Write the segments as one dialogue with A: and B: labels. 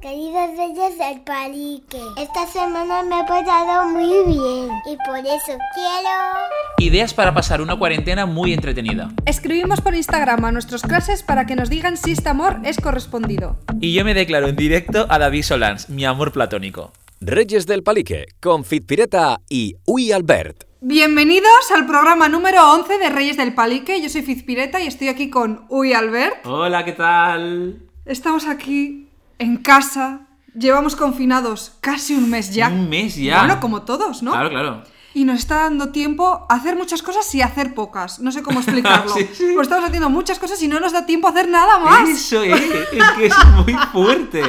A: Queridos Reyes del Palique, esta semana me he pasado muy bien y por eso quiero...
B: Ideas para pasar una cuarentena muy entretenida.
C: Escribimos por Instagram a nuestros clases para que nos digan si este amor es correspondido.
B: Y yo me declaro en directo a David Solans, mi amor platónico.
D: Reyes del Palique, con Fitpireta y Uy Albert.
C: Bienvenidos al programa número 11 de Reyes del Palique. Yo soy Fizpireta y estoy aquí con Uy Albert.
E: Hola, ¿qué tal?
C: Estamos aquí en casa. Llevamos confinados casi un mes ya.
E: Un mes ya.
C: Bueno, como todos, ¿no?
E: Claro, claro.
C: Y nos está dando tiempo a hacer muchas cosas y a hacer pocas. No sé cómo explicarlo.
E: Sí, sí.
C: Pero estamos haciendo muchas cosas y no nos da tiempo a hacer nada más.
E: Eso es, es que es muy fuerte.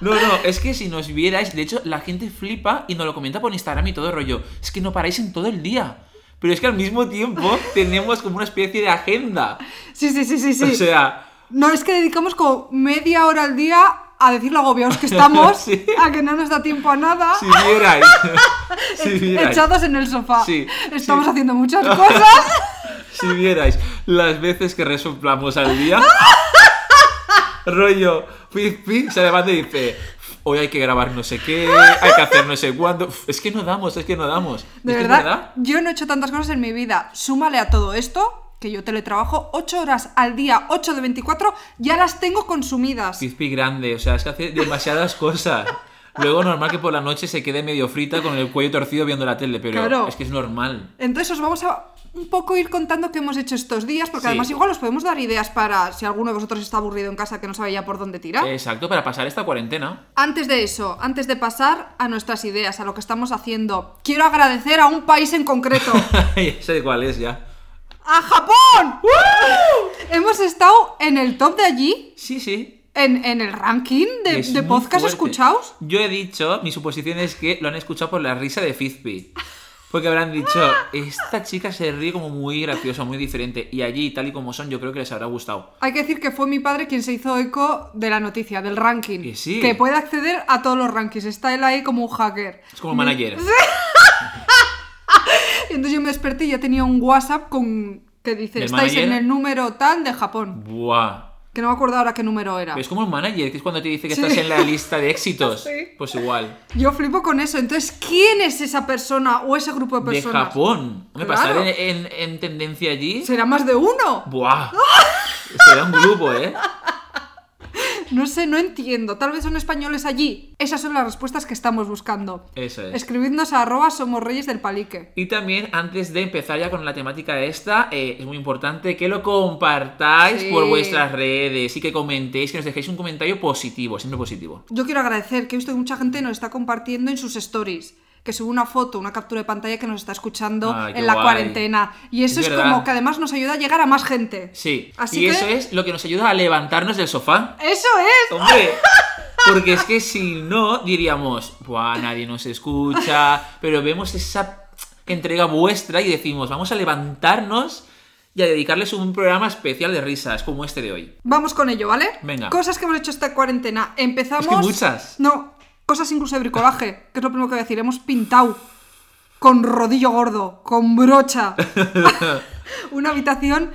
E: No, no, es que si nos vierais, de hecho, la gente flipa y nos lo comenta por Instagram y todo el rollo. Es que no paráis en todo el día. Pero es que al mismo tiempo tenemos como una especie de agenda.
C: Sí, sí, sí, sí, sí.
E: O sea,
C: No, es que dedicamos como media hora al día a decir lo agobiados que estamos,
E: Sí.
C: a que no nos da tiempo a nada,
E: si vierais. si vierais.
C: echados en el sofá.
E: Sí,
C: Estamos
E: sí.
C: haciendo muchas cosas.
E: Si vierais las veces que resoplamos al día. rollo, Piz Piz se levanta y dice, hoy hay que grabar no sé qué, hay que hacer no sé cuándo. Uf, Es que no damos, es que no damos.
C: De
E: Es que es
C: verdad, yo no he hecho tantas cosas en mi vida. Súmale a todo esto que yo teletrabajo 8 horas al día, 8 de 24, ya las tengo consumidas.
E: Piz Piz grande, o sea, es que hace demasiadas cosas. Luego normal que por la noche se quede medio frita con el cuello torcido viendo la tele, pero
C: Claro.
E: es que es normal.
C: Entonces os vamos a un poco ir contando qué hemos hecho estos días, porque
E: Sí.
C: además igual os podemos dar ideas para si alguno de vosotros está aburrido en casa que no sabe ya por dónde tirar.
E: Exacto, para pasar esta cuarentena.
C: Antes de eso, antes de pasar a nuestras ideas, a lo que estamos haciendo, quiero agradecer a un país en concreto,
E: ya sé cuál es ya.
C: a Japón. Hemos estado en el top de allí,
E: Sí, sí,
C: en, en el ranking de,
E: Es
C: de
E: muy
C: podcast
E: fuerte.
C: escuchados.
E: Yo he dicho, mi suposición es que lo han escuchado por la risa de Fizpi. Porque habrán dicho, esta chica se ríe como muy graciosa, muy diferente. Y allí, tal y como son, yo creo que les habrá gustado.
C: Hay que decir que fue mi padre quien se hizo eco de la noticia, del ranking.
E: Que sí.
C: Que puede acceder a todos los rankings. Está él ahí como un hacker.
E: Es como manager.
C: Y entonces yo me desperté y ya tenía un WhatsApp con que dice,
E: ¿Del
C: estáis en
E: manager?
C: el número tal de Japón.
E: Buah.
C: Que no me acuerdo ahora qué número era.
E: Pero es como un manager, que es cuando te dice que
C: Sí.
E: estás en la lista de éxitos.
C: Sí.
E: Pues igual.
C: Yo flipo con eso. Entonces, ¿quién es esa persona o ese grupo de
E: De
C: personas?
E: Japón. Me
C: pues Claro.
E: pasaré en, en tendencia allí.
C: ¿Será más de uno?
E: Buah. Será un grupo, ¿eh?
C: No sé, no entiendo. Tal vez son españoles allí. Esas son las respuestas que estamos buscando.
E: Eso es.
C: Escribidnos a arroba somos reyes del palique.
E: Y también, antes de empezar ya con la temática esta, eh, es muy importante que lo compartáis
C: Sí.
E: por vuestras redes y que comentéis, que nos dejéis un comentario positivo, siempre positivo.
C: Yo quiero agradecer que he visto que mucha gente nos está compartiendo en sus stories. Que sube una foto, una captura de pantalla que nos está escuchando
E: Ay, Ah, qué
C: en la
E: guay.
C: cuarentena. Y eso
E: Es
C: es,
E: verdad.
C: como que además nos ayuda a llegar a más gente.
E: Sí,
C: Así
E: y
C: que-
E: eso es lo que nos ayuda a levantarnos del sofá.
C: ¡Eso es!
E: ¡Hombre! Porque es que si no, diríamos, Buah, nadie nos escucha, pero vemos esa entrega vuestra y decimos, vamos a levantarnos y a dedicarles un programa especial de risas como este de hoy.
C: Vamos con ello, ¿vale?
E: Venga.
C: Cosas que hemos hecho esta cuarentena. Empezamos.
E: Es que muchas.
C: No, cosas incluso de bricolaje, que es lo primero que voy a decir. Hemos pintado con rodillo gordo, con brocha, una habitación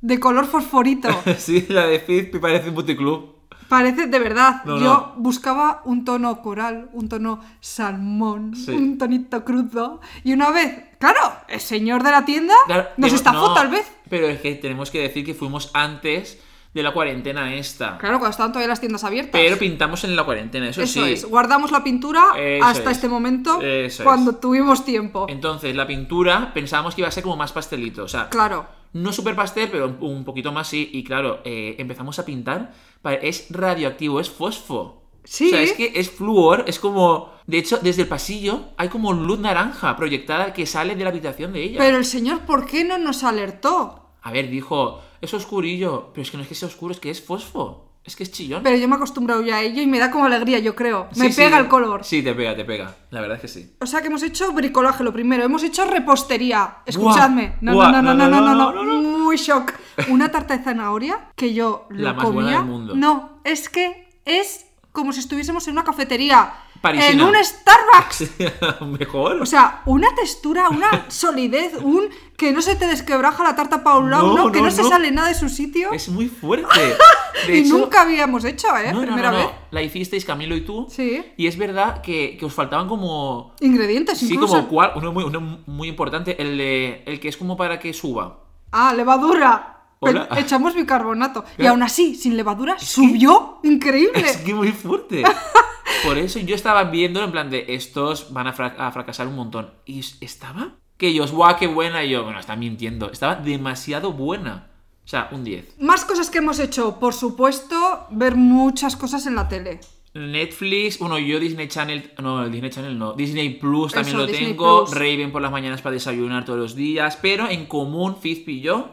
C: de color fosforito.
E: Sí, la de Fizpi parece un puticlub.
C: Parece de verdad.
E: No,
C: Yo buscaba un tono coral, un tono salmón,
E: Sí.
C: un tonito crudo. Y una vez, claro, el señor de la tienda
E: Claro,
C: nos
E: digo,
C: estafó
E: no,
C: tal vez.
E: Pero es que tenemos que decir que fuimos antes de la cuarentena esta.
C: Claro, cuando estaban todavía las tiendas abiertas.
E: Pero pintamos en la cuarentena, eso,
C: Eso
E: sí.
C: es, guardamos la pintura
E: Eso
C: hasta
E: es.
C: este momento
E: Eso es.
C: cuando tuvimos tiempo.
E: Entonces, la pintura pensábamos que iba a ser como más pastelito. O sea,
C: Claro.
E: no super pastel, pero un- un poquito más sí. Y claro, eh, empezamos a pintar. pa- Es radioactivo, es fosfo.
C: Sí.
E: O sea, es que es flúor, es como. De hecho, desde el pasillo hay como luz naranja proyectada que sale de la habitación de ella.
C: Pero el señor, ¿por qué no nos alertó?
E: A ver, dijo, es oscurillo. Pero es que no es que sea oscuro, es que es fosfo. Es que es chillón.
C: Pero yo me he acostumbrado ya a ello y me da como alegría, yo creo. Me
E: Sí,
C: pega
E: sí.
C: el color.
E: Sí, te pega, te pega. La verdad es que sí.
C: O sea que hemos hecho bricolaje lo primero, hemos hecho repostería. Escuchadme. No,
E: Buah,
C: no, no, no,
E: no,
C: no, no, no,
E: no, no,
C: Muy shock. Una tarta de zanahoria que yo lo
E: La más
C: comía.
E: buena del mundo.
C: No, es que es como si estuviésemos en una cafetería.
E: Parisina.
C: En un Starbucks.
E: Mejor.
C: O sea, una textura, una solidez, un que no se te desquebraja la tarta para un lado,
E: No,
C: no, que
E: no,
C: no, se
E: no.
C: sale nada de su sitio.
E: es muy fuerte. De
C: y
E: hecho-
C: nunca habíamos hecho, ¿eh?
E: No, no,
C: Primera
E: no, no.
C: vez.
E: La hicisteis Camilo y tú.
C: Sí.
E: Y es verdad que, que os faltaban como.
C: Ingredientes,
E: Sí,
C: incluso.
E: como cual. Uno muy, uno muy importante. El, de- el que es como para que suba.
C: Ah, levadura.
E: Hola.
C: Pe- Echamos bicarbonato. Y
E: Claro.
C: aún así, sin levadura, subió. Increíble.
E: Es que muy fuerte. Por eso yo estaba viéndolo en plan de estos van a, fra- a fracasar un montón. Y s- estaba. Que ellos, guau, qué buena. Y yo, bueno, está mintiendo. Estaba demasiado buena. O sea, un 10.
C: Más cosas que hemos hecho, por supuesto, ver muchas cosas en la tele.
E: Netflix, bueno, yo Disney Channel, no, el Disney Channel no, Disney Plus también
C: Eso,
E: lo
C: Disney
E: tengo,
C: Plus.
E: Raven por las mañanas para desayunar todos los días, pero en común, Fizp y yo,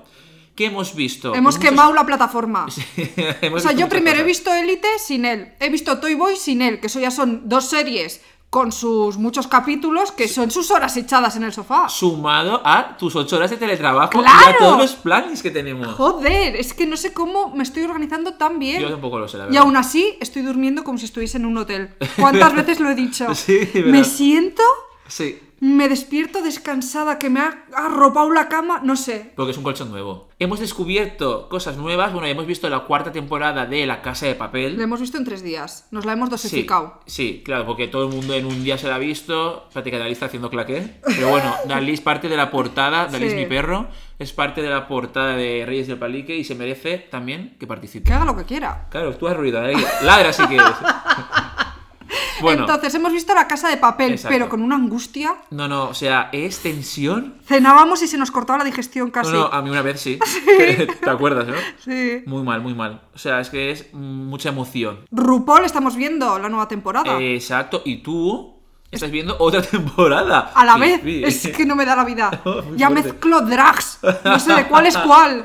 E: ¿qué hemos visto?
C: Hemos
E: Pues
C: quemado la plataforma.
E: muchas-
C: O
E: hemos visto
C: sea, yo
E: muchas
C: primero he
E: cosas.
C: visto Élite sin él. He visto Toy Boy sin él, que eso ya son dos series con sus muchos capítulos, que son sus horas echadas en el sofá.
E: Sumado a tus ocho horas de teletrabajo y a
C: ¡Claro!
E: todos los planes que tenemos.
C: Joder, es que no sé cómo me estoy organizando tan bien.
E: Yo tampoco lo sé, la
C: Y
E: verdad.
C: aún así estoy durmiendo como si estuviese en un hotel. ¿Cuántas veces lo he dicho?
E: Sí, verdad.
C: me siento,
E: Sí,
C: me despierto descansada, que me ha arropado la cama, no sé.
E: porque es un colchón nuevo. Hemos descubierto cosas nuevas, bueno, hemos visto la cuarta temporada de La Casa de Papel.
C: La hemos visto en tres días, nos la hemos
E: Sí,
C: dosificado.
E: sí, claro, porque todo el mundo en un día se la ha visto. Prácticamente Dalí está haciendo claqué. Pero bueno, Dalí es parte de la portada, Dalí es
C: Sí.
E: mi perro, es parte de la portada de Reyes del Palique y se merece también que participe.
C: Que haga lo que quiera.
E: Claro, tú has ruido, Dalí. Ladra si quieres. Bueno,
C: Entonces hemos visto la casa de papel,
E: Exacto.
C: pero con una angustia.
E: no, no, o sea, es tensión.
C: Cenábamos y se nos cortaba la digestión
E: No,
C: casi.
E: no, a mí una vez sí. ¿Te acuerdas, no?
C: Sí.
E: Muy mal, muy mal. O sea, es que es mucha emoción.
C: RuPaul estamos viendo la nueva temporada.
E: Eh, Exacto, y tú estás viendo otra temporada.
C: a la
E: Sí,
C: vez,
E: sí.
C: es que no me da la vida.
E: No, muy
C: ya
E: fuerte.
C: mezclo drags, no sé de cuál es cuál.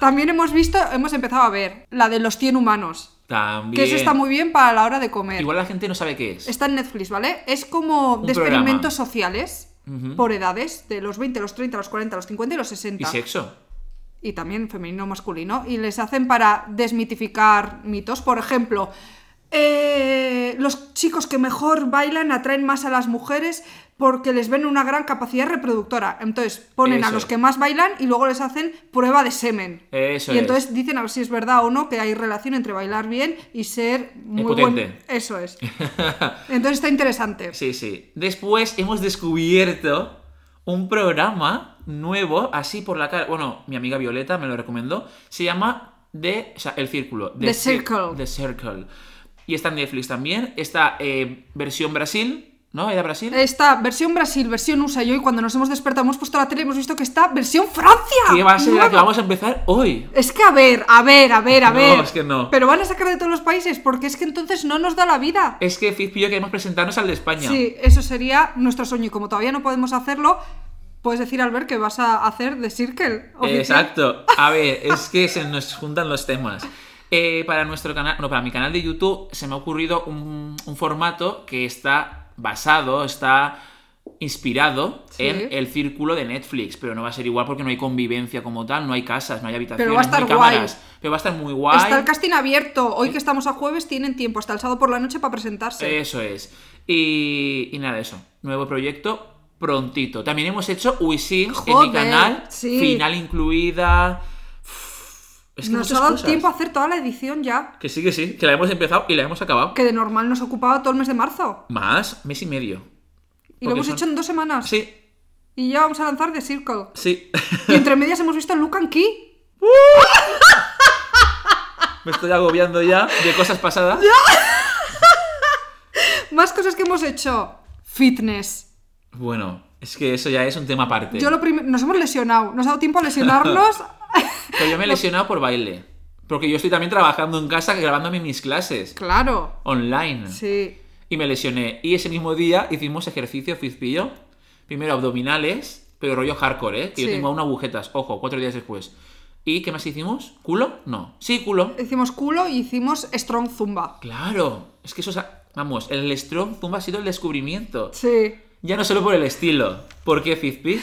C: También hemos visto, hemos empezado a ver la de los 100 humanos,
E: También.
C: que eso está muy bien para la hora de comer.
E: Igual la gente no sabe qué es.
C: Está en Netflix, ¿vale? Es como de
E: programa.
C: experimentos sociales por edades, de los 20, los 30, los 40, los 50 y los 60.
E: Y sexo.
C: y también femenino masculino, y les hacen para desmitificar mitos. Por ejemplo, eh, los chicos que mejor bailan atraen más a las mujeres porque les ven una gran capacidad reproductora. Entonces ponen a
E: Eso
C: los
E: es.
C: que más bailan y luego les hacen prueba de semen.
E: Eso
C: y
E: es.
C: entonces dicen a ver si es verdad o no que hay relación entre bailar bien y ser muy buen.
E: potente.
C: Eso es. Entonces está interesante.
E: Sí, sí. Después hemos descubierto un programa nuevo, así por la cara. Bueno, mi amiga Violeta me lo recomendó. Se llama de, o sea, El Círculo.
C: The
E: Cir-
C: Circle.
E: The Circle. Y está en Netflix también. Está eh, versión Brasil. ¿No? ¿Era Brasil?
C: Esta versión Brasil, versión USA y hoy cuando nos hemos despertado hemos puesto la tele y hemos visto que está versión Francia.
E: que va a ser la que
C: Nueva.
E: vamos a empezar hoy.
C: Es que a ver, a ver, a ver, a
E: No,
C: ver.
E: es que no.
C: Pero van a sacar de todos los países porque es que entonces no nos da la vida.
E: Es que Fizz y yo queremos presentarnos al de España.
C: Sí, eso sería nuestro sueño. Y como todavía no podemos hacerlo, puedes decir, Albert, que vas a hacer The Circle. oficial.
E: Exacto. A ver, es que se nos juntan los temas. Eh, para nuestro canal, no, para mi canal de YouTube se me ha ocurrido un, un formato que está basado, está inspirado
C: Sí.
E: en el círculo de Netflix, pero no va a ser igual porque no hay convivencia como tal, no hay casas, no hay habitaciones,
C: Pero va a estar
E: no hay cámaras,
C: guay.
E: pero va a estar muy guay.
C: Está el casting abierto. Hoy que estamos a jueves tienen tiempo hasta el sábado por la noche para presentarse.
E: Eso es. Y, y nada, eso. Nuevo proyecto prontito. También hemos hecho Wisin en mi
C: Joder,
E: canal.
C: sí.
E: Final incluida. Es que
C: nos ha
E: muchas
C: dado
E: cosas.
C: tiempo a hacer toda la edición ya,
E: Que sí, que sí, que la hemos empezado y la hemos acabado.
C: que de normal nos ocupaba todo el mes de marzo.
E: Más mes y medio.
C: Y lo
E: Porque
C: hemos
E: son-
C: hecho en dos semanas.
E: Sí,
C: Y ya vamos a lanzar The Circle.
E: sí.
C: Y entre medias hemos visto Luke and Key.
E: Me estoy agobiando ya de cosas pasadas.
C: Más cosas que hemos hecho. Fitness.
E: Bueno, es que eso ya es un tema aparte.
C: Yo lo prim- Nos hemos lesionado. Nos ha dado tiempo a lesionarnos.
E: Pero yo me he lesionado por baile. Porque yo estoy también trabajando en casa grabándome mis clases.
C: claro.
E: Online.
C: Sí.
E: Y me lesioné. Y ese mismo día hicimos ejercicio fizpillo. Primero abdominales, pero rollo hardcore, ¿eh? Que yo
C: Sí.
E: tengo aún agujetas. Ojo, cuatro días después. ¿Y qué más hicimos? ¿Culo? No. Sí, culo.
C: Hicimos culo y hicimos strong zumba.
E: Claro, es que eso es. a- Vamos, el Strong Zumba ha sido el descubrimiento.
C: Sí.
E: Ya no solo por el estilo. ¿Por qué Fizpi?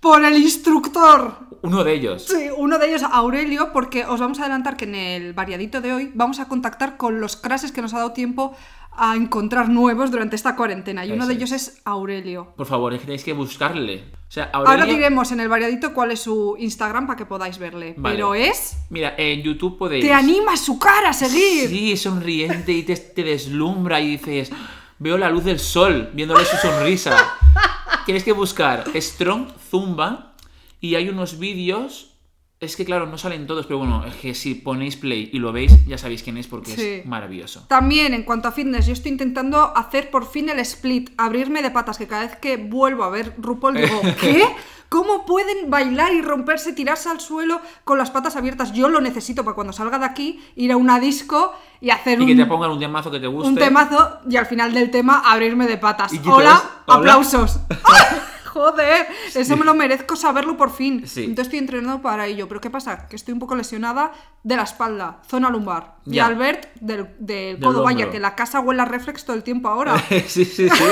C: por el instructor.
E: Uno de ellos.
C: Sí, uno de ellos, Aurelio, porque os vamos a adelantar que en el variadito de hoy vamos a contactar con los crases que nos ha dado tiempo a encontrar nuevos durante esta cuarentena. Y uno
E: Eso
C: de
E: es.
C: ellos es Aurelio.
E: Por favor, es que tenéis que buscarle. O sea,
C: Ahora
E: Aurelia-
C: diremos en el variadito cuál es su Instagram para que podáis verle.
E: Vale.
C: Pero es.
E: Mira, en YouTube podéis.
C: ¡Te anima su cara a seguir!
E: Sí, es sonriente y te, te deslumbra y dices, veo la luz del sol viéndole su sonrisa. Tienes que buscar Strong Zumba y hay unos vídeos. Es que claro, no salen todos, pero bueno, es que si ponéis play y lo veis, ya sabéis quién es porque
C: Sí.
E: es maravilloso.
C: También en cuanto a fitness, yo estoy intentando hacer por fin el split, abrirme de patas, que cada vez que vuelvo a ver RuPaul digo, ¿qué? ¿Cómo pueden bailar y romperse, tirarse al suelo con las patas abiertas? Yo lo necesito para cuando salga de aquí ir a una disco y hacer
E: Y que
C: un,
E: te pongan un temazo que te guste.
C: un temazo y al final del tema abrirme de patas.
E: Y que te
C: Hola,
E: ves- hola.
C: aplausos. ¡Ah! Joder, eso me lo merezco saberlo por fin.
E: Sí.
C: Entonces estoy entrenando para ello. Pero ¿qué pasa? Que estoy un poco lesionada de la espalda, zona lumbar. Y
E: Ya.
C: Albert del,
E: Del
C: del codo, vaya,
E: hombro.
C: que la casa huele a reflex todo el tiempo ahora.
E: sí, sí, sí.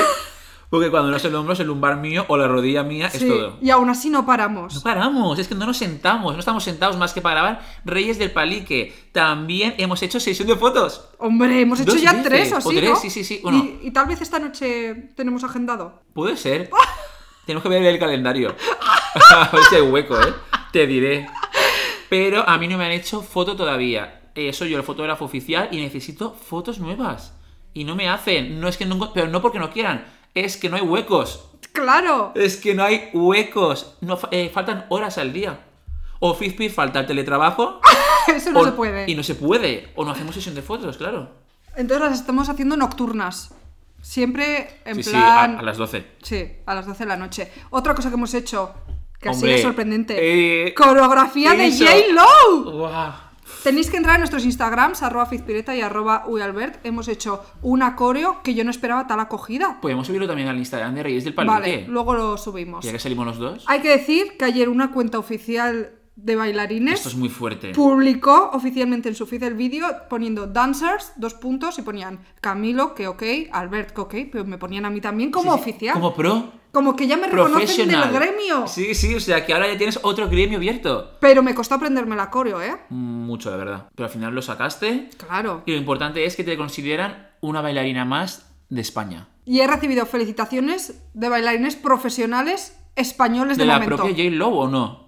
E: Porque cuando no es el hombro, es el lumbar mío o la rodilla mía,
C: Sí,
E: es todo.
C: Y aún así no paramos.
E: No paramos, es que no nos sentamos, no estamos sentados más que para grabar Reyes del Palique. También hemos hecho sesión de fotos.
C: Hombre, hemos hecho
E: Dos
C: ya
E: veces,
C: tres o
E: o
C: así,
E: tres,
C: ¿no?
E: sí, sí, sí, bueno.
C: Y, y tal vez esta noche tenemos agendado.
E: Puede ser. Tenemos que ver el calendario. A ver si hay hueco, ¿eh? Te diré. Pero a mí no me han hecho foto todavía. Eh, soy yo el fotógrafo oficial y necesito fotos nuevas. Y no me hacen. No es que no, encu- pero no porque no quieran. Es que no hay huecos.
C: ¡Claro!
E: Es que no hay huecos. No, fa- eh, faltan horas al día. O FIFPI falta el teletrabajo.
C: Eso no
E: o-
C: se puede.
E: Y no se puede. O no hacemos sesión de fotos, claro.
C: Entonces las estamos haciendo nocturnas. Siempre en
E: sí, sí, a,
C: plan.
E: a las 12.
C: Sí, a las 12 de la noche. Otra cosa que hemos hecho, que así
E: Hombre,
C: es sorprendente.
E: eh,
C: Coreografía de
E: eso.
C: J-Lo.
E: Guau.
C: Tenéis que entrar en nuestros Instagrams, arroba fizpireta y arroba uyalbert. Hemos hecho una coreo que yo no esperaba tal acogida.
E: Podemos subirlo también al Instagram de Reyes del Palique.
C: Vale, luego lo subimos.
E: Ya que salimos los dos.
C: Hay que decir que ayer una cuenta oficial de bailarines
E: Esto es muy fuerte.
C: publicó oficialmente en su feed el vídeo poniendo dancers, dos puntos, y ponían Camilo, que ok, Albert, que ok, pero me ponían a mí también como
E: Sí, sí,
C: oficial.
E: Como pro.
C: Como que ya me reconocen del
E: Profesional.
C: gremio.
E: Sí, sí, o sea que ahora ya tienes otro gremio abierto.
C: Pero me costó aprenderme la coreo, ¿eh?
E: Mucho, la verdad. Pero al final lo sacaste.
C: Claro.
E: Y lo importante es que te consideran una bailarina más de España.
C: Y he recibido felicitaciones de bailarines profesionales españoles de,
E: de la
C: momento.
E: propia J. Lobo, no?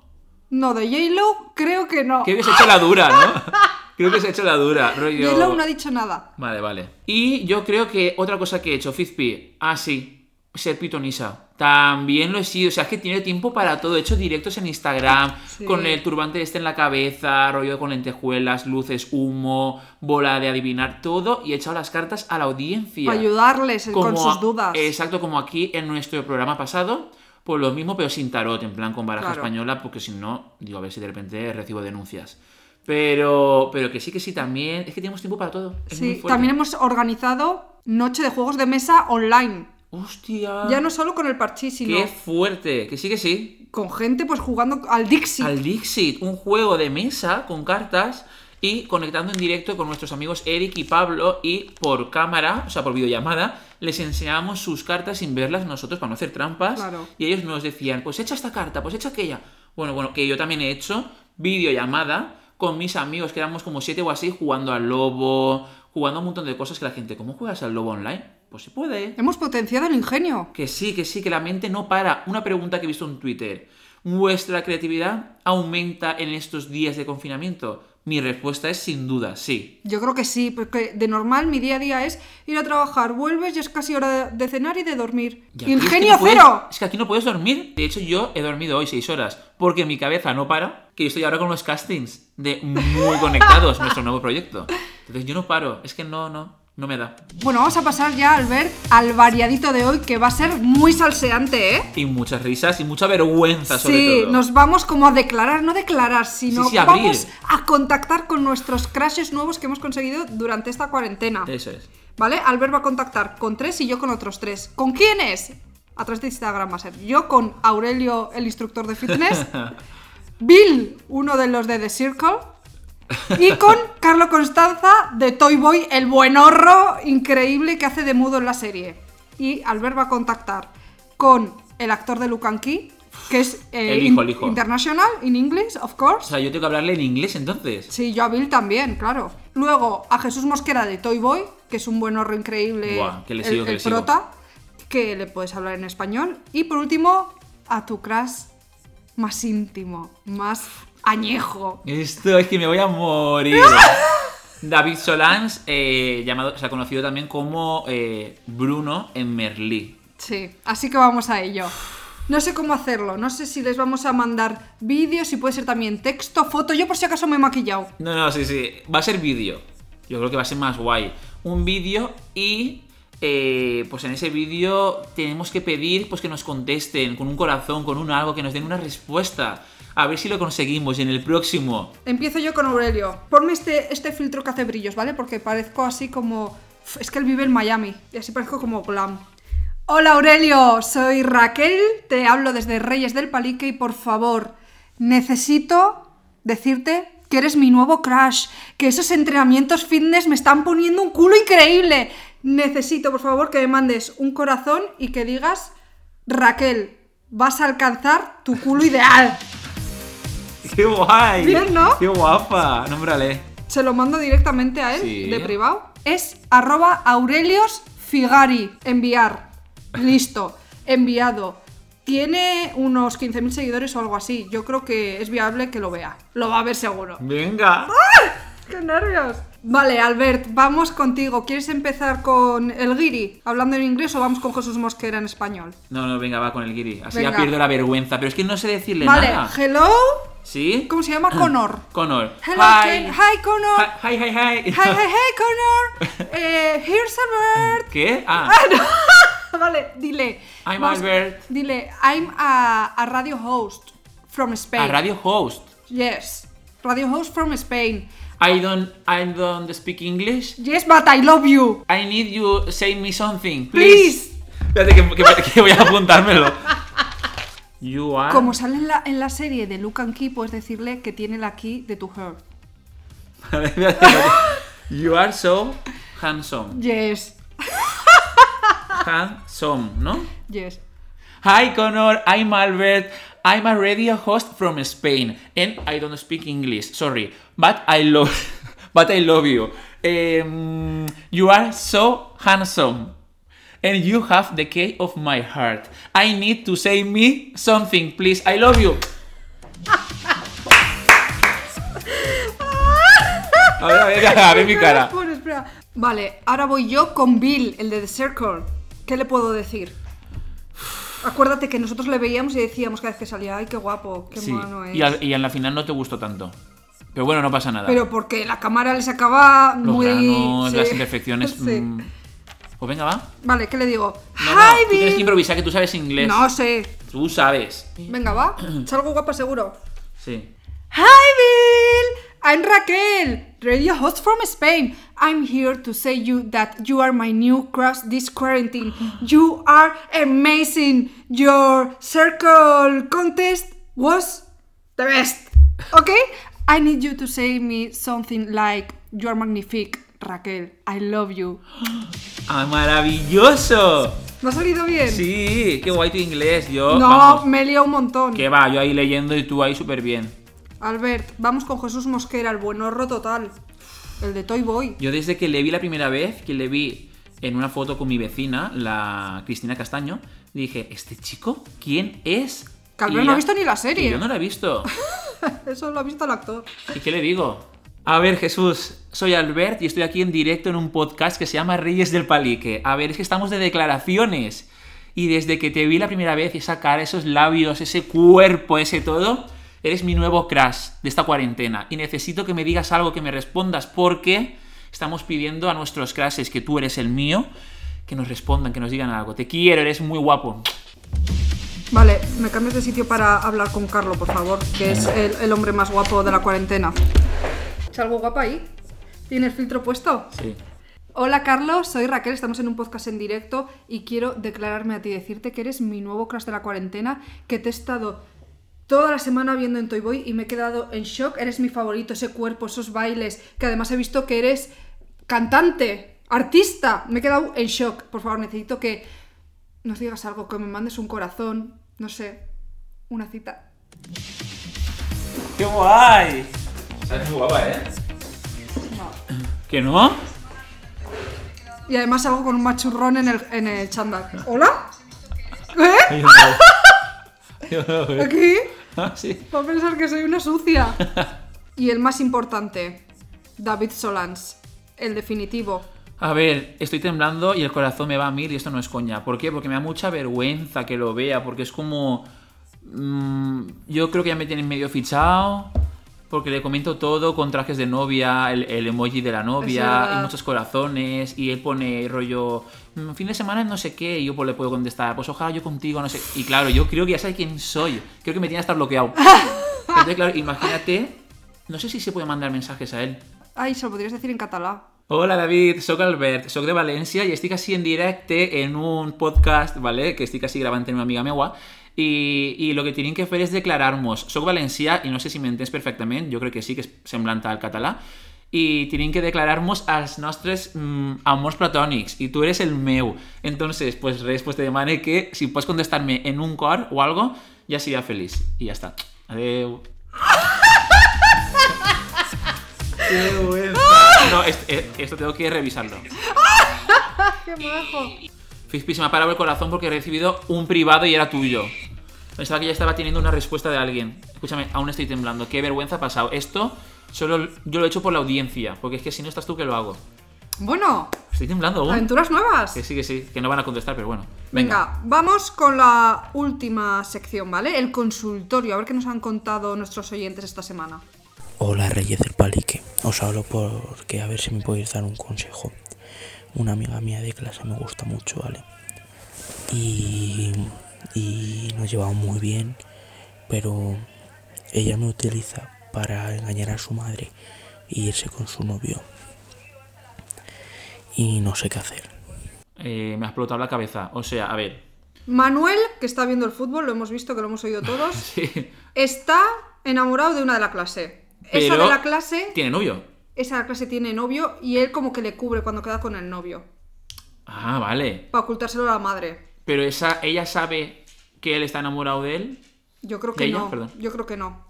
C: No, de J-Lo creo que no.
E: Creo que se ha hecho la dura, ¿no? Creo que se ha hecho la dura, rollo.
C: J-Lo no ha dicho nada.
E: Vale, vale. Y yo creo que otra cosa que he hecho, Fizpi, ah, sí, ser pitonisa. También lo he sido, o sea, es que tiene tiempo para todo. He hecho directos en Instagram,
C: Sí.
E: con el turbante este en la cabeza, rollo con lentejuelas, luces, humo, bola de adivinar, todo, y he echado las cartas a la audiencia.
C: Para ayudarles con
E: Como
C: sus
E: a-
C: dudas.
E: Exacto, como aquí en nuestro programa pasado, pues lo mismo, pero sin tarot, en plan con baraja
C: Claro.
E: española, porque si no, digo, a ver si de repente recibo denuncias. Pero, pero que sí, que sí, también. Es que tenemos tiempo para todo. Es muy
C: Sí,
E: fuerte.
C: también hemos organizado noche de juegos de mesa online.
E: ¡Hostia!
C: Ya no solo con el parchís, sino
E: ¡Qué fuerte! Que sí, que sí.
C: con gente pues jugando al Dixie.
E: Al Dixit, un juego de mesa con cartas y conectando en directo con nuestros amigos Eric y Pablo y por cámara, o sea, por videollamada, les enseñábamos sus cartas sin verlas nosotros para no hacer trampas.
C: Claro.
E: Y ellos nos decían, pues echa esta carta, pues echa aquella. Bueno, bueno, que yo también he hecho videollamada con mis amigos, que éramos como siete o así, jugando al lobo, jugando a un montón de cosas que la gente, ¿cómo juegas al lobo online? Pues se puede.
C: Hemos potenciado el ingenio.
E: Que sí, que sí, que la mente no para. Una pregunta que he visto en Twitter. ¿Vuestra creatividad aumenta en estos días de confinamiento? Mi respuesta es sin duda, sí.
C: Yo creo que sí, porque de normal mi día a día es ir a trabajar, vuelves y es casi hora de cenar y de dormir.
E: Y aquí es que
C: ¡Ingenio
E: no puedes-
C: cero!
E: Es que aquí no puedes dormir. De hecho, yo he dormido hoy 6 horas porque mi cabeza no para. Que yo estoy ahora con los castings de muy conectados, nuestro nuevo proyecto. Entonces yo no paro. Es que no, no, no me da.
C: Bueno, vamos a pasar ya, Albert, al variadito de hoy, que va a ser muy salseante, ¿eh?
E: Y muchas risas y mucha vergüenza sobre
C: Sí,
E: todo.
C: nos vamos como a declarar, no declarar, sino
E: Sí, sí, abrir.
C: vamos a contactar con nuestros crashes nuevos que hemos conseguido durante esta cuarentena.
E: Eso es.
C: ¿Vale? Albert va a contactar con tres y yo con otros tres. ¿Con quiénes? A través de Instagram va a ser. Yo con Aurelio, el instructor de fitness. Bill, uno de los de The Circle. Y con Carlo Constanza de Toy Boy, el buenorro increíble que hace de mudo en la serie. Y Albert va a contactar con el actor de Lucan Key, que es eh,
E: El hijo,
C: in-
E: el hijo.
C: International, in English, of course.
E: O sea, yo tengo que hablarle en inglés entonces.
C: Sí, yo a Bill también, claro. Luego a Jesús Mosquera de Toy Boy, que es un buen horror increíble,
E: Buah, que le
C: el,
E: sigo, que
C: el
E: le sigo.
C: prota, que le puedes hablar en español. Y por último, a tu crush más íntimo, más añejo.
E: Esto es que me voy a morir. David Solans, eh, llamado, se ha conocido también como eh, Bruno en Merlí.
C: Sí, así que vamos a ello. No sé cómo hacerlo, no sé si les vamos a mandar vídeos, y puede ser también texto, foto. Yo por si acaso me he maquillado.
E: No, no, sí, sí. Va a ser vídeo. Yo creo que va a ser más guay. Un vídeo y. eh, pues en ese vídeo tenemos que pedir pues que nos contesten con un corazón, con un algo, que nos den una respuesta. A ver si lo conseguimos y en el próximo.
C: Empiezo yo con Aurelio. Ponme este, este filtro que hace brillos, ¿vale? Porque parezco así como... Uf, Es que él vive en Miami y así parezco como glam. Hola Aurelio, soy Raquel, te hablo desde Reyes del Palique y por favor, necesito decirte que eres mi nuevo crush, que esos entrenamientos fitness me están poniendo un culo increíble. Necesito, por favor, que me mandes un corazón y que digas, Raquel, vas a alcanzar tu culo ideal.
E: ¡Qué guay!
C: Bien, ¿no?
E: ¡Qué guapa! Nómbrale.
C: Se lo mando directamente a él,
E: Sí.
C: de privado. Es arroba Aurelios Figari. Enviar. Listo. Enviado. Tiene unos 15.000 seguidores o algo así. Yo creo que es viable que lo vea. Lo va a ver seguro.
E: Venga.
C: ¡Qué nervios! Vale, Albert, vamos contigo. ¿Quieres empezar con el guiri, hablando en inglés, o vamos con Jesús Mosquera en español?
E: No, no, venga, va con el guiri. Así ya
C: Venga.
E: pierdo la vergüenza. Pero es que no sé decirle
C: Vale,
E: nada.
C: hello.
E: ¿Sí?
C: ¿Cómo se llama? Connor.
E: Connor.
C: Hello, Ken. Hi, Connor.
E: Hi, hi, hi. hi.
C: Hey, hey, hey, Connor. Eh, here's Albert.
E: ¿Qué? Ah,
C: vale, dile.
E: I'm
C: Vamos-
E: Albert.
C: Dile, I'm a, a radio host from Spain.
E: a radio host.
C: Yes, radio host from Spain.
E: I don't, I don't speak English.
C: Yes, but I love you.
E: I need you say me something, please.
C: Please.
E: Espérate que, que- que voy a apuntármelo. You are.
C: Como sale en la, en la serie de Luke and Key, puedes decirle que tiene la key de tu her.
E: Espérate, espérate. you are so handsome.
C: Yes,
E: Handsome, ¿no?
C: yes.
E: Hi Connor, I'm Albert. I'm a radio host from Spain and I don't speak English. Sorry, but I love, but I love you. Um, you are so handsome, and you have the key of my heart. I need to say me something, please. I love you. A ver, a ver, a ver mi
C: Espera,
E: cara.
C: espera, espera. Vale, ahora voy yo con Bill, el de The Circle. ¿Qué le puedo decir? Acuérdate que nosotros le veíamos y decíamos cada vez que salía, ay, qué guapo, qué
E: Sí.
C: mono es.
E: Y, al- y en la final no te gustó tanto. Pero bueno, no pasa nada.
C: Pero porque la cámara le sacaba
E: Los
C: muy.
E: granos,
C: sí.
E: las imperfecciones.
C: Sí.
E: mm. Pues venga, va.
C: Vale, ¿qué le digo?
E: No, no,
C: Hi,
E: tú tienes que
C: Bill.
E: improvisar, que tú sabes inglés.
C: No sé.
E: Tú sabes.
C: Venga, va. Salgo guapa seguro.
E: Sí.
C: Hi, Bill. I'm Raquel, radio host from Spain. I'm here to say you that you are my new crush this quarantine. You are amazing. Your circle contest was the best. Okay? I need you to say me something like you are magnifique, Raquel. I love you.
E: ¡Ah, maravilloso!
C: ¿Me ha salido bien?
E: Sí, qué guay tu inglés, yo.
C: No,
E: Oh, vamos,
C: me he liado un montón.
E: que va, yo ahí leyendo y tú ahí súper bien.
C: Albert, vamos con Jesús Mosquera, el buenorro total. El de Toy Boy.
E: Yo desde que le vi la primera vez, que le vi en una foto con mi vecina, la Cristina Castaño, dije, ¿este chico quién es?
C: Que Albert
E: Y
C: no ha
E: la-
C: visto ni la
E: y
C: serie.
E: Yo no la he visto.
C: Eso lo ha visto el actor.
E: ¿Y qué le digo? A ver, Jesús, soy Albert y estoy aquí en directo en un podcast que se llama Reyes del Palique. A ver, es que estamos de declaraciones. Y desde que te vi la primera vez, esa cara, esos labios, ese cuerpo, ese todo, eres mi nuevo crush de esta cuarentena. Y necesito que me digas algo, que me respondas, porque estamos pidiendo a nuestros crushes, que tú eres el mío, que nos respondan, que nos digan algo. Te quiero, eres muy guapo.
C: Vale, me cambias de sitio para hablar con Carlo, por favor, que es el, el hombre más guapo de la cuarentena. ¿Salgo guapa ahí? ¿Tiene el filtro puesto?
E: Sí.
C: Hola Carlos, soy Raquel, estamos en un podcast en directo y quiero declararme a ti, decirte que eres mi nuevo crush de la cuarentena, que te he estado toda la semana viendo en Toy Boy y me he quedado en shock, eres mi favorito, ese cuerpo, esos bailes, que además he visto que eres cantante, artista, me he quedado en shock, por favor necesito que nos digas algo, que me mandes un corazón, no sé, una cita.
E: ¡Qué guay!
B: Es muy guapa, ¿eh?
C: No.
E: ¿Que no?
C: Y además salgo con un machurrón en el, en el chándal. ¿Hola? ¿Eh?
E: Yo no. Yo no, eh.
C: ¿Aquí?
E: Ah, sí.
C: Va a pensar que soy una sucia. Y el más importante, David Solans, el definitivo.
E: A ver, estoy temblando y el corazón me va a mil y esto no es coña. ¿Por qué? Porque me da mucha vergüenza que lo vea, porque es como... mm, yo creo que ya me tienen medio fichado, porque le comento todo con trajes de novia, el, el emoji de la novia,
C: verdad.
E: y muchos corazones, y él pone rollo... mm, Fin de semana no sé qué, y yo pues le puedo contestar, pues ojalá yo contigo, no sé... Y claro, yo creo que ya sabe quién soy, creo que me tiene hasta bloqueado. Entonces, claro, imagínate, no sé si se puede mandar mensajes a él.
C: Ay, se lo podrías decir en catalán.
E: Hola David, soy Albert, soy de Valencia y estoy casi en directo en un podcast, ¿vale? Que estoy casi grabando en una amiga meua. Y, y lo que tienen que hacer es declararnos. Soy valencià y no sé si me entens perfectamente, yo creo que sí que es semblante al catalán. Y tienen que declararnos als nostres mm, amors platònics y tú eres el meu. Entonces, pues res, pues te demane que si puedes contestarme en un cor o algo, ya sería feliz. Y ya está. Adeu. No, es- es- esto tengo que revisarlo.
C: ¡Qué majo!
E: Fispi, se me ha parado el corazón porque he recibido un privado y era tuyo. Pensaba que ya estaba teniendo una respuesta de alguien. Escúchame, aún estoy temblando. Qué vergüenza ha pasado. Esto solo yo lo he hecho por la audiencia, porque es que si no estás tú, que lo hago?
C: Bueno,
E: Estoy temblando aún.
C: aventuras nuevas.
E: Que sí, que sí, que no van a contestar, pero bueno. Venga.
C: Venga, vamos con la última sección, ¿vale? El consultorio, a ver qué nos han contado nuestros oyentes esta semana.
F: Hola Reyes del Palique, os hablo porque a ver si me podéis dar un consejo. Una amiga mía de clase me gusta mucho, ¿vale? Y, y nos llevamos muy bien, pero ella me utiliza para engañar a su madre e irse con su novio. Y no sé qué hacer.
E: Eh, me ha explotado la cabeza. O sea, a ver.
C: Manuel, que está viendo el fútbol, lo hemos visto, que lo hemos oído todos,
E: Sí.
C: está enamorado de una de la clase. Esa
E: Pero
C: de la clase,
E: Tiene novio.
C: esa de la clase tiene novio y él como que le cubre cuando queda con el novio,
E: Ah, vale.
C: para ocultárselo a la madre.
E: Pero esa, ella sabe que él está enamorado de él.
C: Yo creo
E: ¿De
C: que
E: ella?
C: no.
E: Perdón.
C: Yo creo que no.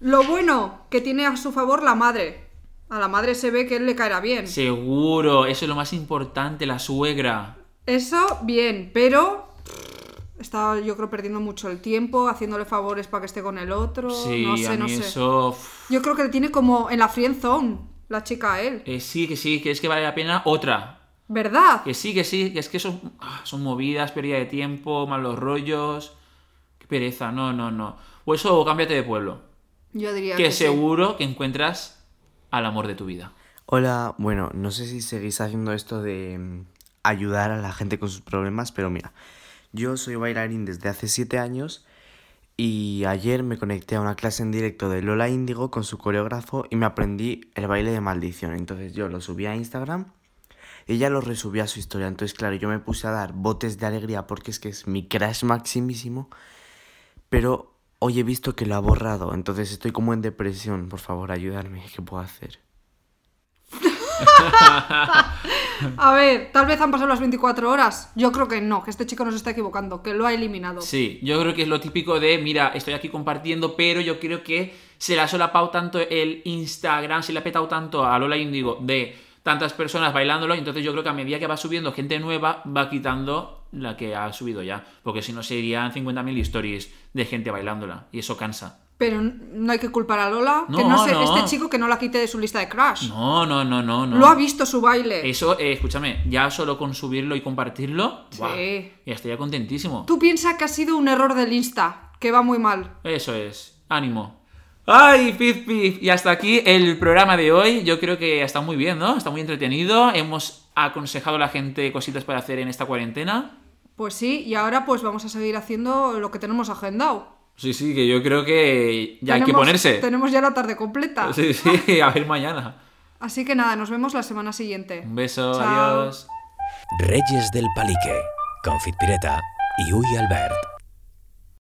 C: Lo bueno que tiene a su favor la madre. A la madre se ve que él le caerá bien.
E: Seguro. Eso es lo más importante, la suegra.
C: Eso, bien, pero está yo creo perdiendo mucho el tiempo, haciéndole favores para que esté con el otro.
E: Sí,
C: no sé,
E: a mí
C: no sé.
E: eso. uf,
C: Yo creo que le tiene como en la friend zone la chica a él.
E: Eh, sí, que sí, que es que vale la pena otra.
C: ¿Verdad?
E: Que sí, que sí, que es que son, ah, son movidas, pérdida de tiempo, malos rollos. Qué pereza, no, no, no. O eso, o cámbiate de pueblo.
C: Yo diría que,
E: Que
C: sí.
E: seguro que encuentras al amor de tu vida.
G: Hola, bueno, no sé si seguís haciendo esto de mm, ayudar a la gente con sus problemas, pero mira, yo soy bailarín desde hace 7 años y ayer me conecté a una clase en directo de Lola Índigo con su coreógrafo y me aprendí el baile de maldición. Entonces yo lo subí a Instagram y ella lo resubí a su historia. Entonces, claro, yo me puse a dar botes de alegría porque es que es mi crash maximísimo, pero hoy he visto que lo ha borrado. Entonces estoy como en depresión. Por favor, ayudarme, ¿qué puedo hacer?
C: A ver, tal vez han pasado las 24 horas. Yo creo que no, que este chico nos está equivocando, que lo ha eliminado.
E: Sí, yo creo que es lo típico de, mira, estoy aquí compartiendo, pero yo creo que se la ha solapado tanto el Instagram, se le ha petado tanto a Lola Indigo de tantas personas bailándolo, y entonces yo creo que a medida que va subiendo gente nueva, va quitando la que ha subido ya, porque si no serían 50.000 stories de gente bailándola, y eso cansa.
C: Pero n- no hay que culpar a Lola, que
E: No,
C: no sé,
E: no.
C: este chico que no la quite de su lista de crush.
E: No, no, no, no, no.
C: Lo ha visto su baile.
E: Eso, eh, escúchame, ya solo con subirlo y compartirlo,
C: Sí.
E: ¡guau! ya estaría contentísimo.
C: Tú piensas que ha sido un error del Insta, que va muy mal.
E: Eso es, ánimo. ¡Ay, Pif Pif! Y hasta aquí el programa de hoy. Yo creo que está muy bien, ¿no? Está muy entretenido. Hemos aconsejado a la gente cositas para hacer en esta cuarentena.
C: Pues sí, y ahora pues vamos a seguir haciendo lo que tenemos agendado.
E: Sí, sí, que yo creo que ya hay que
C: Tenemos-
E: ponerse.
C: Tenemos ya la tarde completa.
E: Sí, sí, a ver mañana.
C: Así que nada, nos vemos la semana siguiente.
E: Un beso,
C: Chao.
E: adiós.
D: Reyes del Palique, Confit Pireta y Uy Albert.